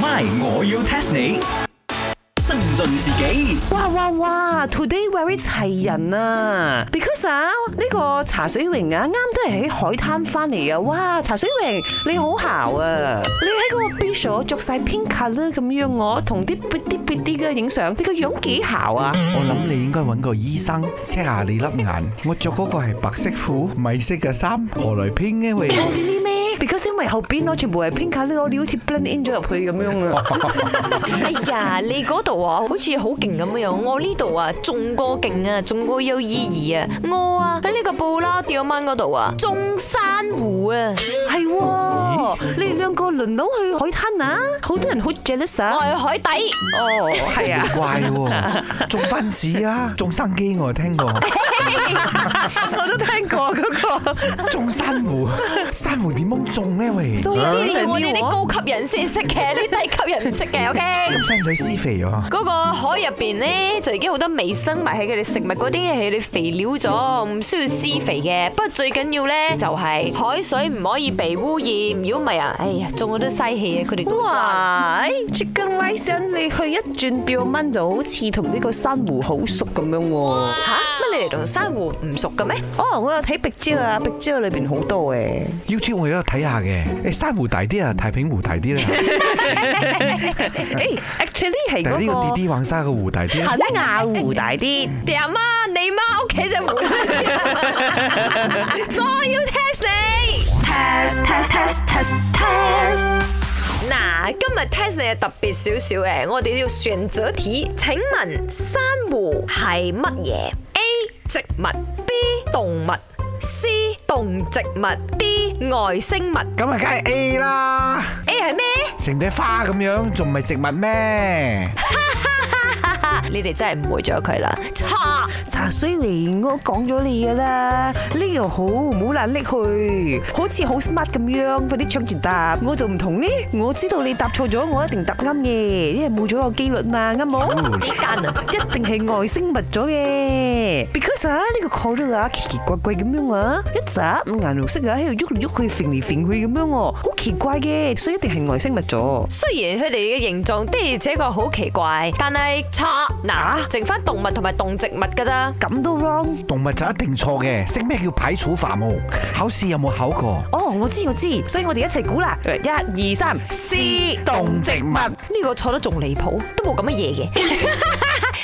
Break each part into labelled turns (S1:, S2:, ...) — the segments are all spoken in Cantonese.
S1: My，我要 test 你。增進自己
S2: 哇哇哇！Today very 齊人啊，because 啊呢個茶水榮啊啱都係喺海灘翻嚟啊！哇，茶水榮你好姣啊！你喺嗰個 beach 度着晒 pink colour 咁樣，我同啲 pretty pretty 嘅影相，你個樣幾姣啊！
S3: 我諗你應該揾個醫生 check 下你粒眼。我着嗰個係白色褲、米色嘅衫，何來拼呢？喂，
S2: 你呢咩？because 因為後邊我全部係 pink colour，我你好似 blend in 咗入去咁樣
S3: 哦
S2: 啊！
S4: 哎呀，你嗰度啊，好似好勁咁樣，我呢度啊仲過勁啊，仲過有意義啊！我啊喺呢個布拉吊灣嗰度啊，中珊瑚啊，
S2: 係喎，你哋兩個輪流去海灘啊！好多人好 jealous
S4: 我
S2: 啊！
S4: 係 海底，
S2: 哦，係啊。
S3: 怪喎，中番薯啦，中生機我聽過，
S2: 我都聽過嗰個，
S3: 中珊瑚，珊瑚點樣中呢？喂，
S4: 所以呢啲要我哋
S2: 啊
S4: 啲高級人先識嘅，你低級人唔識嘅，OK。
S3: 咁使唔使施肥啊？
S4: 嗰個海入邊咧就已經好多微生物喺佢哋食物嗰啲係你肥料咗，唔需要施肥嘅。不過最緊要咧就係海水唔可以被污染，如果唔係啊，哎呀，種咗都嘥氣啊！佢哋都話
S2: 哇！Chicken rice Inn，你去一轉吊蚊就好似同呢個珊瑚好熟咁樣喎。
S4: 吓乜你嚟到珊瑚唔熟嘅咩？
S2: 哦，我有睇壁蕉啊，壁蕉裏邊好多誒。
S3: YouTube 我有睇下嘅，誒珊瑚大啲啊，太平湖大啲啦，
S2: 誒，actually 係
S3: 但係呢個
S2: 嗰
S3: 弟
S2: 個
S3: 弟橫沙嘅湖大啲啊。
S2: 肯雅湖大啲。
S4: 你阿媽，你媽屋企隻 湖，我要 test 你。
S5: test test test test test
S4: 嗱，今日 test 你係特別少少嘅，我哋要選擇題。請問珊瑚係乜嘢？A 植物，B 動物，C 動植物，D 外星物。
S3: 咁啊，梗係 A 啦，
S4: A 係咩？
S3: 成朵花咁樣，仲唔係植物咩？
S4: 你哋真係誤會咗佢 啦。嗯錯，
S2: 茶水嚟，我講咗你噶啦，呢個好唔好難拎去，好似好 smart 咁樣，快啲搶住答。我就唔同呢，我知道你答錯咗，我一定答啱嘅，因為冇咗個機率嘛，啱冇？
S4: 幾間啊？
S2: 一定係外星物咗嘅，because 啊呢個 coral 啊奇奇怪怪咁樣啊，一紮五顏六色啊喺度喐嚟喐去，揈嚟揈去咁樣喎，好奇怪嘅，所以一定係外星物咗。
S4: 雖然佢哋嘅形狀的而且確好奇怪，但係錯
S2: 啊
S4: 嗱，剩翻動物同埋動植物㗎咋。
S2: 咁都 wrong？
S3: 動物就一定錯嘅，識咩叫排除法冇？考試有冇考過？
S2: 哦，我知我知，所以我哋一齊估啦，一二三，C 動植物。
S4: 呢個錯得仲離譜，都冇咁嘅嘢嘅。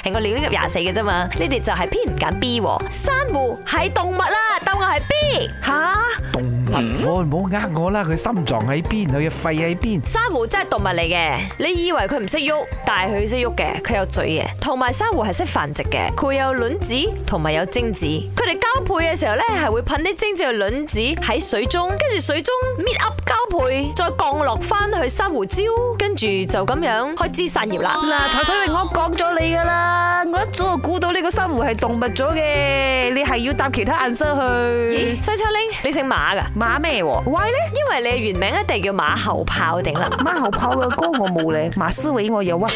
S4: 係我亂入廿四嘅啫嘛，你哋就係偏唔揀 B 喎。珊瑚係動物啦，當我係 B。
S2: 吓？
S3: 動物，我唔好呃我啦，佢心臟喺邊，佢嘅肺喺邊。
S4: 珊瑚真係動物嚟嘅，你以為佢唔識喐，但係佢識喐嘅，佢有嘴嘅，同埋珊瑚係識繁殖嘅，佢有卵子同埋有精子，佢哋交配嘅時候呢，係會噴啲精子嘅卵子喺水中，跟住水中 meet up 交配，再降落翻去珊瑚礁，跟住就咁樣開枝散葉啦。
S2: 嗱，茶水榮，我講咗你噶啦，我一早就估到呢個珊瑚係動物咗嘅，你係要搭其他顏色去
S4: 咦，西餐拎，你姓馬㗎？
S2: 馬咩喎？Y 咧？
S4: 因為你嘅原名一定叫馬後炮定啦。
S2: 馬後炮嘅歌我冇咧，馬思偉我有啊。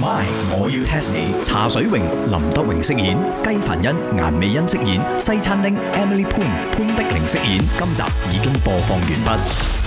S1: ，My，我要 test 你。茶水榮、林德榮飾演，雞凡欣、顏美欣飾演，西餐廳 Emily Poon 潘碧玲飾演。今集已經播放完畢。